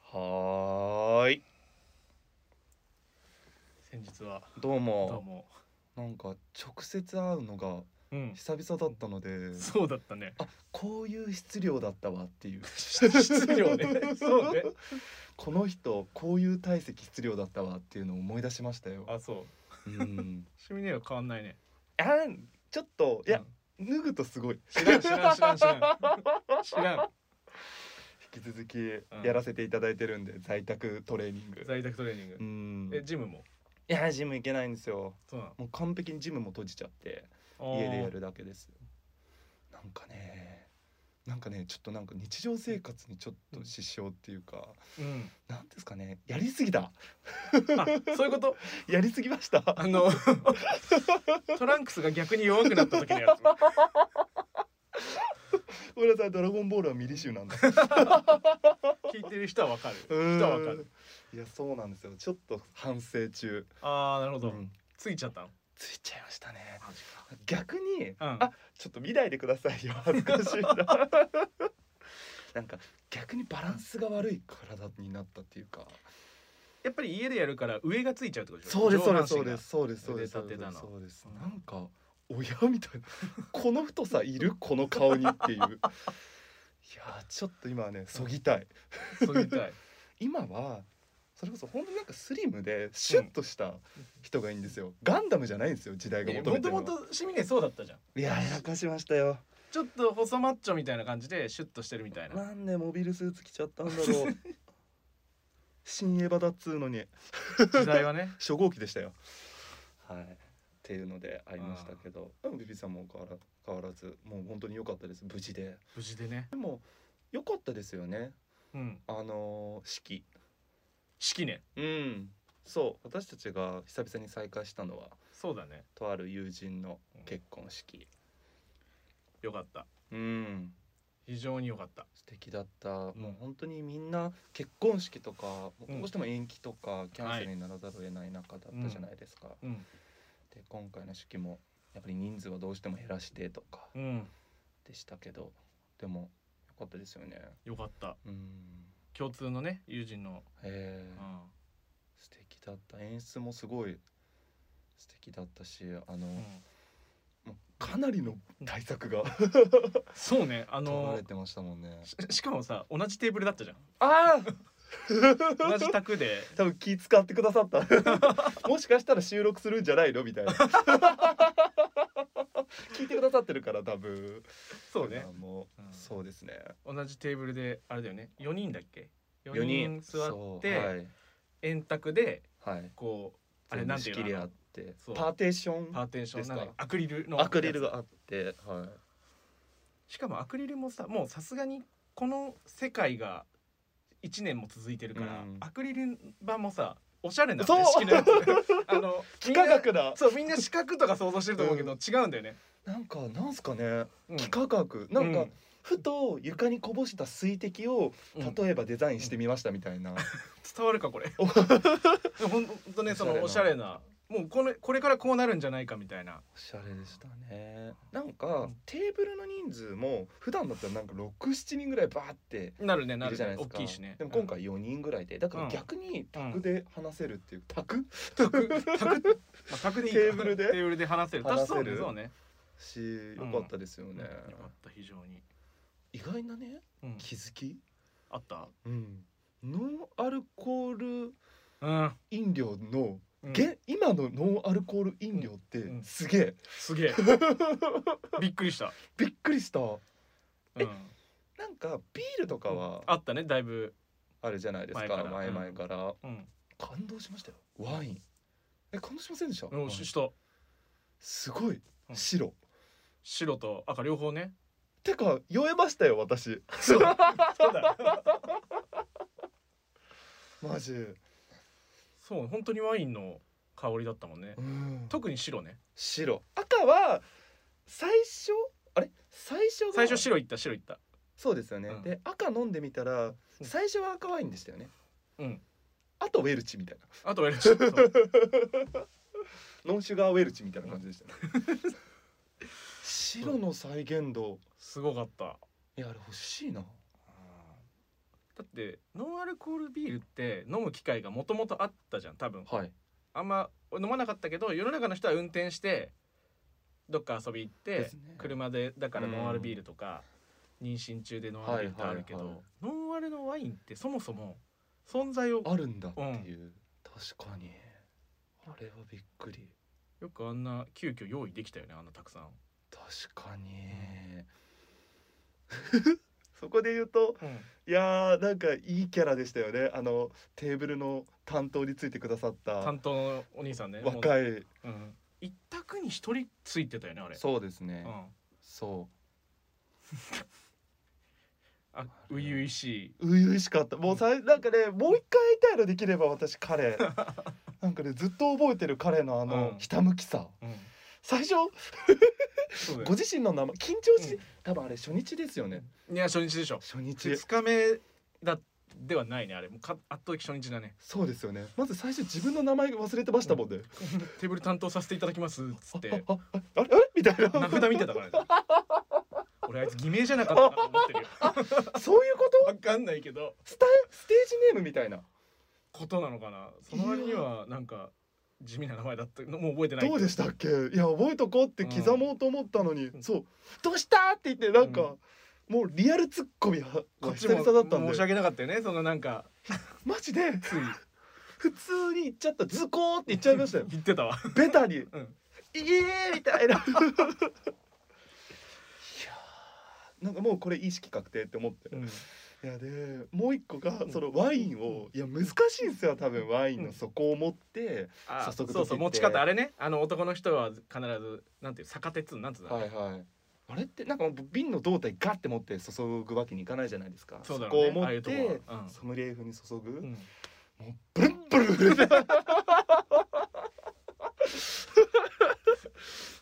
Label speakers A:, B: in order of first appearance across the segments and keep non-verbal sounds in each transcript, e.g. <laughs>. A: はーい
B: 先日は
A: どうも
B: どうも、
A: なんか直接会うのが
B: うん、
A: 久々だったので
B: そうだったね
A: あこういう質量だったわっていう
B: 質量
A: <laughs>
B: ね <laughs> そうね
A: この人こういう体積質量だったわっていうのを思い出しましたよ
B: あそ
A: う
B: う
A: ん
B: シミネは変わんないね
A: <laughs> あーちょっといや、
B: うん
A: 脱ぐとすごい
B: 知らん知らん知らん
A: <laughs>
B: 知らん知らん
A: 引き続きやらせていただいてるんで、在宅トレーニング
B: 在宅トレーニング
A: う、ん
B: えジムも
A: いやジム行けないんですよ
B: そうなの
A: もう完璧にジムも閉じちゃって
B: あー
A: 家でやるだけですなんかねなんかねちょっとなんか日常生活にちょっと支障っていうか、
B: うん
A: なんですかねやりすぎた
B: あそういうこと
A: やりすぎました
B: あ <laughs> のトランクスが逆に弱くなった時のやつ
A: ごめんなさいドラゴンボールはミリ集なんだ
B: 聞いてる人はわかる
A: <laughs> う
B: 人
A: ーん
B: はわかる
A: いやそうなんですよちょっと反省中、
B: ああなるほど、
A: うん
B: ついちゃったの
A: ついちゃいましたね逆に、
B: うん
A: あちょっと見ないでくださ <laughs> いよ恥ずかしいななんか逆にバランスが悪い体になったっていうか
B: やっぱり家でやるから上がついちゃうってことでしょ
A: そうですそうです
B: 上
A: そう
B: 半身
A: で
B: が
A: すそうですそうです
B: 腕立てだの
A: そうです
B: うん
A: なんか親みたいな
B: <laughs>
A: この太さいるこの顔にっていういやーちょっと今はねそぎたい
B: そうみ <laughs> たい
A: 今はそれこそ本当になんかスリムでシュッとした人がいいんですよ、ガンダムじゃないんですよ時代が
B: いや
A: 求め
B: も
A: て
B: と
A: るの
B: も
A: は
B: とシミネそうだったじゃん
A: いやーやらかしましたよ
B: ちょっと細マッチョみたいな感じでシュッとしてるみたいな
A: なんでモビルスーツ着ちゃったんだろう
B: <laughs>
A: 新エヴァだっつうのに
B: 時代はね
A: 初号機でしたよはいっていうのでありましたけどでもビビさんも変わら変わらずもう本当に良かったです無事で
B: 無事でね
A: でも良かったですよね
B: うん
A: あのー式
B: 式ね
A: うんそう私たちが久々に再会したのは
B: そうだね
A: とある友人の結婚式
B: よかった
A: うん
B: 非常によかった
A: 素敵だった、
B: ん
A: もう本当にみんな結婚式とかもう
B: うん
A: どうしても延期とかキャンセルにならざるを得ない中だったじゃないですか、
B: うん
A: で今回の式もやっぱり人数はどうしても減らしてとか
B: うん
A: でしたけどでも良かったですよね
B: よかった
A: うん
B: 共通のね友人の
A: へえ
B: うん
A: 素敵だった演出もすごい素敵だったしあの、
B: うん
A: もうかなりの対策が
B: そうねあ
A: 取ら
B: の
A: れてましたもんね
B: ししかもさ同じテーブルだったじゃん
A: ああ <laughs>
B: 同じ卓で
A: 多分気使ってくださった
B: <laughs>
A: もしかしたら収録するんじゃないのみたいな聞いてくださってるから多分
B: そうね
A: もう、
B: うん
A: そうですね
B: 同じテーブルであれだよね4人だっけ
A: 4
B: 4
A: 人
B: 人座っ
A: そうは
B: て
A: い、
B: 円卓で
A: はい、
B: こうあ
A: 全
B: れ
A: 部
B: なんてい
A: 仕切
B: う
A: り
B: の
A: あ
B: あ
A: っ
B: の
A: て
B: そう
A: パーテーション
B: パーテーショ
A: で
B: ン
A: す
B: な
A: か
B: んだっけアクリルの
A: アクリル
B: やつ
A: があってはい
B: しかもアクリルもさもうさすがにこの世界が1年も続いてるから、
A: うん
B: アクリル板もさおしゃれな
A: そう
B: 式のやつ
A: <laughs>
B: あの
A: 幾何
B: みん
A: 学だ
B: なそうみんな四角とか想像してると思うけど、
A: う
B: 違うんだよね、
A: なんかなんすかね
B: うん
A: 幾何学なんか、
B: うん
A: ふと床にこぼした水滴を
B: うん
A: 例えばデザインしてみましたみた
B: <laughs>
A: いな、
B: 伝わるかこれ
A: お
B: ほんとねそのお
A: お
B: し
A: し
B: ゃ
A: ゃ
B: れ
A: れ
B: なもうこのこれからこうなるんじゃないかみたいな
A: おしゃれでしたねなん
B: う
A: か
B: ん
A: テーブルの人数も普段だったらなんか67人ぐらいバーって
B: なるねない
A: る
B: る
A: じゃないで
B: ね大
A: すか
B: きいしね
A: でも今回4人ぐらいでだか
B: う
A: ら
B: ん
A: 逆に卓で話せるっていう卓 <laughs>
B: 卓卓まあ卓でいいか
A: テーブルで
B: テーブルで話せる確
A: 話せ
B: か
A: る
B: にそうね
A: しよかったですよね
B: よかった非常に、
A: 意外なね
B: うん、
A: 気づき
B: あった
A: うんノンアルコール
B: うん、
A: 飲料の
B: うん
A: げ今のノンアルコール飲料って
B: うん
A: すげえ
B: すげえ
A: <laughs>
B: びっくりした、
A: びっくりした
B: うん、
A: なんかビールとかは
B: あったねだいぶ、
A: あるじゃないですか
B: 前から
A: 前々から
B: うん、
A: 感動しましたよワインえ感動しませんでした
B: うん
A: ワイン
B: しした
A: すごい
B: うん
A: 白
B: 白と赤両方ね
A: てか酔えましたよ私 <laughs>
B: そうそうだ
A: マジ
B: そう本当にワインの香りだったもんね
A: うん
B: 特に白ね
A: 白赤は最初あれ最初が
B: 最初白いった白いった
A: そうですよね
B: うん
A: で赤飲んでみたら
B: うん
A: 最初は赤ワインでしたよね
B: うん
A: あとウェルチみたいな
B: あとはやりましたそう
A: ノンシュガーウェルチみたいな感じでしたね白の再現度
B: すごかった
A: いやあれ欲しいな
B: だってノンアルコールビールって飲む機会がもともとあったじゃん多分
A: はい
B: あんま俺飲まなかったけど世の中の人は運転してどっか遊び行っ
A: で
B: て、
A: すね
B: 車でだから
A: うん
B: ノンアルビールとか、妊娠中でノンアルビールってあるけど、
A: はいはい
B: ノンアルのワインってそもそも存在を
A: あるんだっていう、確かにあれはびっくり
B: よくあんな急遽用意できたよねあんなたくさん。
A: 確かに、そこで言うといやーなんかいいキャラでしたよねあのテーブルの担当についてくださった
B: 担当のお兄さんねもう
A: 若い
B: うん、一択に一人ついてたよねあれ
A: そうですね、
B: うん、
A: そ
B: あ初々しいう
A: 初々しかったもうさいなんかねもう一回会いたいのできれば私
B: <laughs>
A: 彼なんかねずっと覚えてる彼のあの、
B: うん
A: ひたむきさ
B: うん
A: 最初
B: そうだよ
A: ご自身の名前緊張し、多分あれ初日ですよね
B: いや初日でしょ
A: 初日
B: 2日目だではないねあれもうか圧倒的初日だね
A: そうですよねまず最初自分の名前忘れてましたもんね、
B: テーブル担当させていただきますっつ
A: <laughs>
B: って
A: ああああれあれみたいな
B: 名札見て
A: <laughs>
B: たからね俺あいつ偽名じゃなかったかと思ってるよ
A: そういうこと
B: 分かんないけど
A: スタステージネームみたいな
B: ことなのかなその割にはなんか地味な名前だったのもう覚えてないけ
A: どうでしたっけいや覚えとこうって刻もうと思ったのに、そう「どうした?」って言ってなんか、もうリアルツッコミは
B: こっ
A: 久
B: ち
A: 々
B: も
A: だったん
B: 申し
A: で
B: 訳なかったよねそのなんか
A: マジで
B: つい
A: 普通に言っちゃった「ズコー」って言っちゃいましたよ
B: 言ってたわ
A: ベタに「
B: ん
A: いえー!」みたいないやーなんかもうこれ意識確定って思って
B: うん
A: いやでもう一個が
B: ん
A: そのワインをいや難しいんですよ多分ワインの底を持って
B: あ
A: 早速
B: そう
A: 時
B: そう
A: って
B: 持ち方あれねあの男の人は必ずなんていう逆手っつうのなんつうの、
A: いはいあれってなんかもう瓶の胴体ガッて持って注ぐわけにいかないじゃないですか
B: そうだ
A: こ
B: ろ
A: を
B: うね
A: 持
B: ああい
A: っ
B: うとこ
A: て
B: は、
A: ソムリエ風に注ぐ、
B: うんうん、
A: もうブルンブルン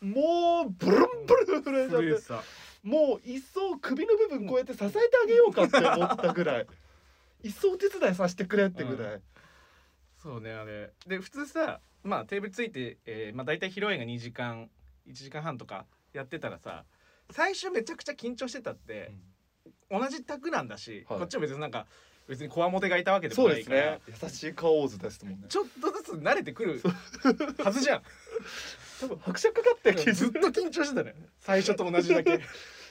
A: もうブルンブルン震えちゃっ
B: 震え
A: て
B: てた
A: もう一層首の部分こうやって支えてあげようかって思ったぐらい一層お手伝いさせてくれってぐらい、
B: そうねあれで普通さまあテーブルついて、えーまあ、大体披露宴が2時間1時間半とかやってたらさ最初めちゃくちゃ緊張してたって、同じ卓なんだし、
A: はい
B: こっちは別になんか別にこわもてがいたわけで
A: そ
B: も
A: う
B: な
A: で
B: い
A: す
B: から、
A: ね優しい顔図ですもんね
B: ちょっとずつ慣れてくるはず
A: <laughs>
B: じゃん
A: 多分拍車かかって気
B: ず
A: づ
B: っと緊張してたね最初と同じだけ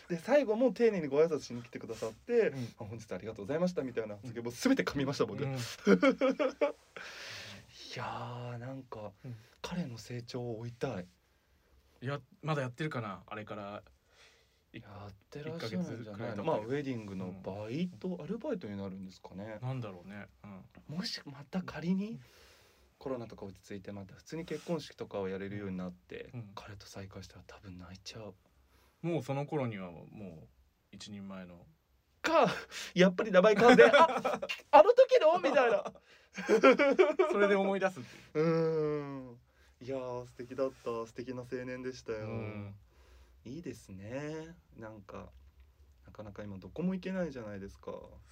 A: で最後も丁寧にご挨拶しに来てくださって、
B: うん
A: あ本日ありがとうございましたみたいな発言も全て噛みましたもんね、
B: うん
A: いやーなんか、
B: うん
A: 彼の成長を追いたい
B: いやまだやってるかなあれから
A: やってらっしゃるんじゃない
B: 一ヶ月くらい
A: の
B: だ
A: まあウェディングのバイト、アルバイトになるんですかね、
B: なんだろうね、うん、
A: もしまた仮にコロナとか落ち着いてまた普通に結婚式とかをやれるようになって、
B: うん
A: 彼と再会したら多分泣いちゃう
B: もうその頃にはもう一人前の
A: か <laughs> やっぱり名前噛んで「 <laughs> ああの時の?」みた <laughs> いな
B: <laughs> それで思い出すっていう
A: ーんいやー素敵だった素敵な青年でしたよ、
B: う、うん、
A: いいですねなんかなかなか今どこも行けないじゃないですか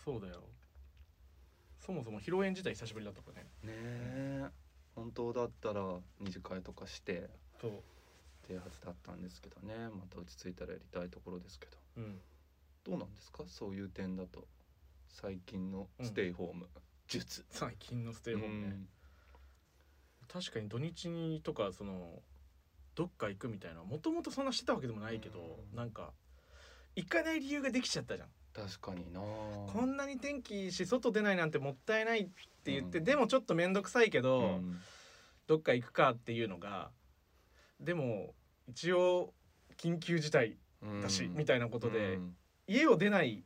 B: そうだよそもそも披露宴自体久しぶりだったからね
A: ねえ本当だったら二次会とかして
B: そう、
A: っていうはずだったんですけどねまた落ち着いたらやりたいところですけど
B: うん、
A: どうなんですかそういう点だと最近のステイホーム、術
B: 最近のステイホームね、確かに土日にとかそのどっか行くみたいなもともとそんなしてたわけでもないけど、
A: うん
B: なんか行かない理由ができちゃったじゃん、
A: うん確かにな
B: こんなに天気いいし外出ないなんてもったいないって言って、
A: うん
B: でもちょっと面倒くさいけど、
A: うん
B: どっか行くかっていうのがでも一応緊急事態
A: うん
B: だし、みたいなことで、
A: うん
B: 家を出ない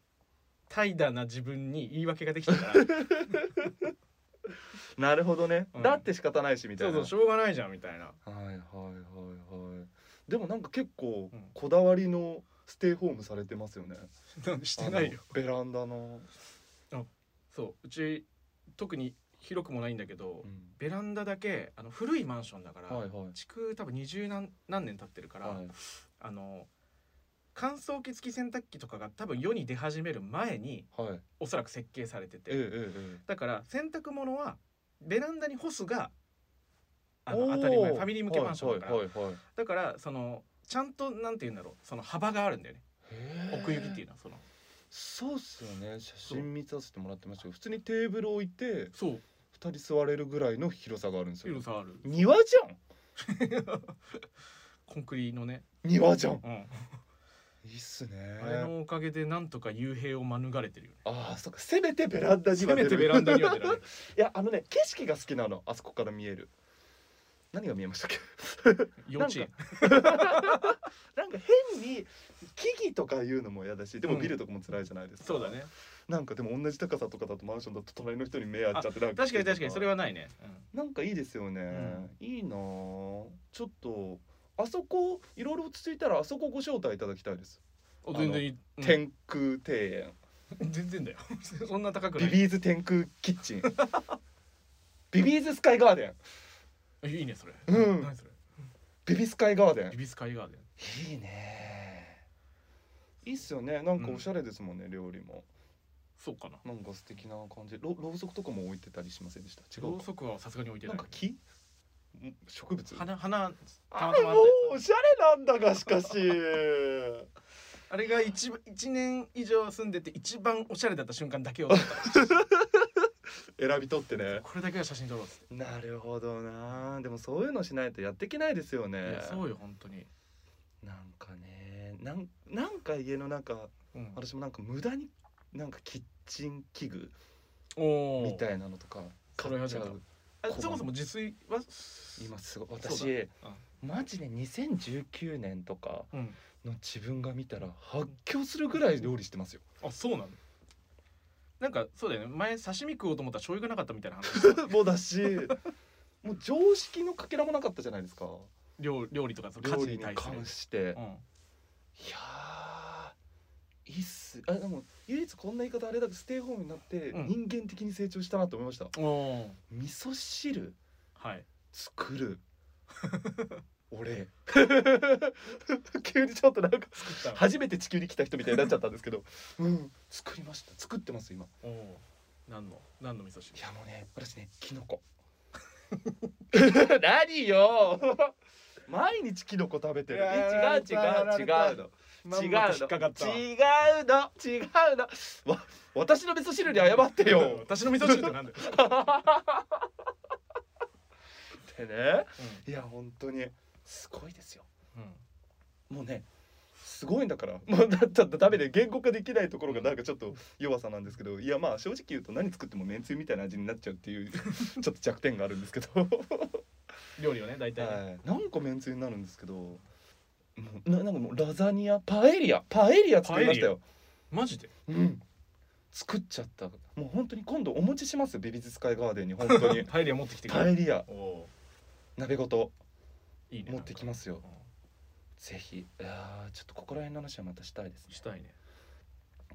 B: 怠惰な自分に言い訳ができ
A: <laughs>
B: たからそう
A: なるほどね、
B: うん
A: だって仕方ないしみたいな
B: そうしょうがないじゃんみたいな
A: はいはいはいはいでもなんか結構
B: うん
A: こだわりのステイホームされてますよね、
B: してないよ
A: あのベランダの、
B: そううち特に広くもないんだけど、
A: うん
B: ベランダだけあの古いマンションだから、
A: はいはい
B: 築多分二十何何年経ってるから、
A: はい
B: あの乾燥機付き洗濯機とかが多分世に出始める前に
A: はい
B: おそらく設計されてて、
A: ええええ
B: だから洗濯物はベランダに干すがあ
A: お
B: の
A: ー
B: 当たり前ファミリー向けマンションだから、
A: はいはいはいはい
B: だからそのちゃんとなんて言うんだろうその幅があるんだよね
A: へえ
B: 奥行きっていうのはその
A: そうっすよね写真見させてもらってましたけど普通にテーブル置いて
B: そう
A: 2人座れるぐらいの広さがあるんですよ
B: 広さある
A: 庭じゃん
B: コンクリのね、
A: 庭じゃん
B: うん、
A: いいっすね
B: あれのおかげでなんとか幽閉を免れてるよね
A: ああそっかせめてベランダに
B: せ
A: は出
B: め
A: る
B: てベランダには出ら
A: <laughs>
B: れ
A: い
B: <laughs> る
A: やあのね景色が好きなのあそこから見える何が見えましたっ
B: <laughs>
A: け
B: 幼稚園
A: なんか変に木々とかいうのも嫌だしでもビルとかも辛いじゃないですか、
B: そうだね
A: なんかでも同じ高さとかだとマンションだと隣の人に目合っちゃってなん
B: 確かに確かにそれ
A: は
B: はないね、
A: なんかいいですよね、いいなあちょっとあそこいろいろ落ち着いたらあそこご招待いただきたいです、
B: うん、あ全然いい、うん
A: 天空庭園
B: 全然だよ <laughs> そんな高くな
A: ビ
B: い
A: ビーズ天空キッチン <laughs> ビビーズスカイガーデン
B: えいいねそれ、
A: うん
B: 何それ
A: ビビスカイガーデン
B: ビビスカイガーデン
A: いいねいいっすよねなんかおしゃれですもんね、料理も
B: そうかな
A: なんか素敵な感じろろうそくとかも置いてたりしませんでした違
B: ろ
A: う
B: う
A: か
B: そくはさすがに置いて
A: な
B: ない
A: んか木ん植物
B: 花花た
A: あ
B: また
A: れ
B: ま
A: も
B: あったや
A: うおしゃれなんだがしかし
B: つあれが一番一年以上住んでて一番おしゃれだった瞬間 <laughs> だけを撮った
A: 選び取ってね
B: これだけは写真撮ろうっつって、
A: なるほどなでもそういうのしないとやっていけないですよ
B: い
A: ね
B: やそうよ本当に、
A: なんかねなんなんか家の中
B: うん、
A: 私もなんか無駄になんかキッチン器具
B: おお
A: みたいなのとか買っちゃ
B: 揃え始め
A: う
B: あそもそも自炊は
A: 今すごい
B: そうだ
A: 私マジで2019年とか
B: うん
A: の自分が見たら発狂するぐらい料理して
B: <laughs>
A: ますよ
B: あそうなのなんかそうだよね前刺身食おうと思ったら醤油がなかったみたいな話 <laughs>
A: もうだし <laughs> もう常識のかけらもなかったじゃないですか
B: 料料理とかその家
A: 料
B: 事
A: 理
B: に
A: に
B: 対する
A: 関して
B: うん
A: いやーいいっすあでも唯一こんな言い方あれだけどステイホームになって
B: うん
A: 人間的に成長したなと思いました、
B: おお
A: 味噌汁
B: はい
A: 作る <laughs> 俺急にちょっとなんか
B: 作った
A: 初めて地球に来た人みたいになっちゃったんですけど、うん、作りました作ってます今
B: おお何の何の味噌汁
A: いやもうね私ねキノコ <laughs> 何よ毎日キノコ食べてる
B: いやー
A: え違う違
B: やら
A: う
B: れ
A: 違
B: た
A: うの
B: まん
A: 違う
B: ま
A: の
B: と引っかかったわ
A: 違うの違うのわ私の味噌汁に謝ってよ
B: <laughs> 私の味噌汁ってなんだよ、
A: ってねいや本当にすごいですよ
B: うんうん
A: もうねすごいんだからもうだったらダメで言語化できないところがなんかちょっと弱さなんですけどいやまあ正直言うと何作ってもめんつゆみたいな味になっちゃうっていう <laughs> ちょっと弱点があるんですけ
B: <laughs>
A: ど、は
B: 料理はね大体ね、
A: い、なんかめんつゆになるんですけどもうななんかもうラザニアパエリアパエリア作りましたよ、
B: マジで
A: うん、作っちゃったもう本当に今度お持ちしますビビズスカイガーデンに本当
B: <laughs>
A: に
B: パエリア持ってきてく
A: パ
B: れ
A: エ
B: る
A: リア
B: おお
A: 鍋ごと
B: いいね
A: 持ってきますすよぜひいやーちょっとここら辺の話はまたしたいですね
B: したいね、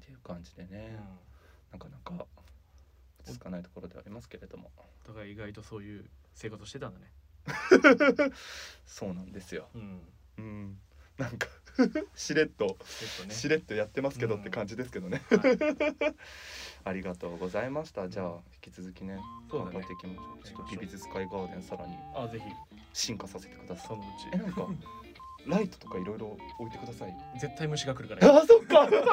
A: っていう感じでね、
B: う
A: な
B: ん、
A: かなか落ち着かないところではありますけれど
B: <laughs>
A: も
B: お互い意外とそういう生活をしてたんだね
A: そうなんですよ
B: うん
A: うんなん
B: <laughs>
A: かしれっと、
B: ちょっとね
A: しれっとやってますけど
B: う
A: っ
B: ん
A: て感じですけどね、
B: はい
A: <laughs> ありがとうございましたじゃあ
B: うん
A: 引き続きね
B: そう
A: 頑張
B: だね
A: っていきましょうちょっと
B: やりまし
A: ビ
B: ょう
A: ビズスカイガーデンさらに
B: あぜひ
A: 進化させてくださ
B: そ
A: い
B: のうち
A: えなんかライトとかいろいろ置いてください
B: 絶対虫が来るから
A: あそっか <laughs> いやー暑い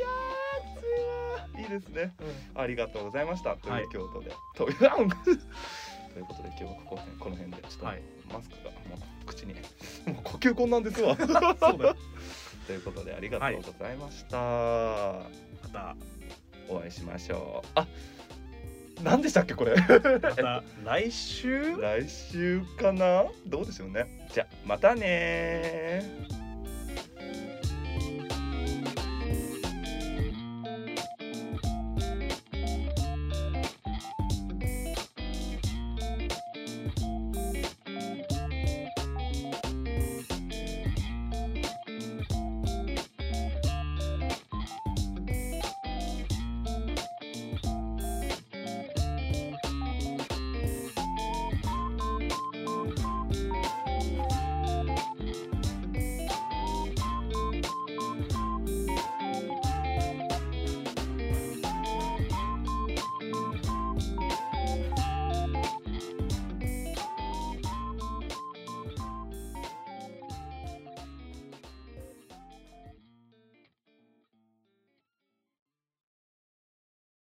A: わーいいですねありがとうございました。と
B: はいいう
A: 京都で。という <laughs> ということで今日はここら辺この辺でちょっと、
B: はい
A: マスクがもう口にも <laughs> う呼吸困難ですわ。
B: そうだよ
A: <laughs> ということでありがとうございました。
B: また
A: お会いしましょう。あ、何でしたっけこれ？ <laughs>
B: また来週
A: 来週かな？どうでしょうね。じゃあまたねー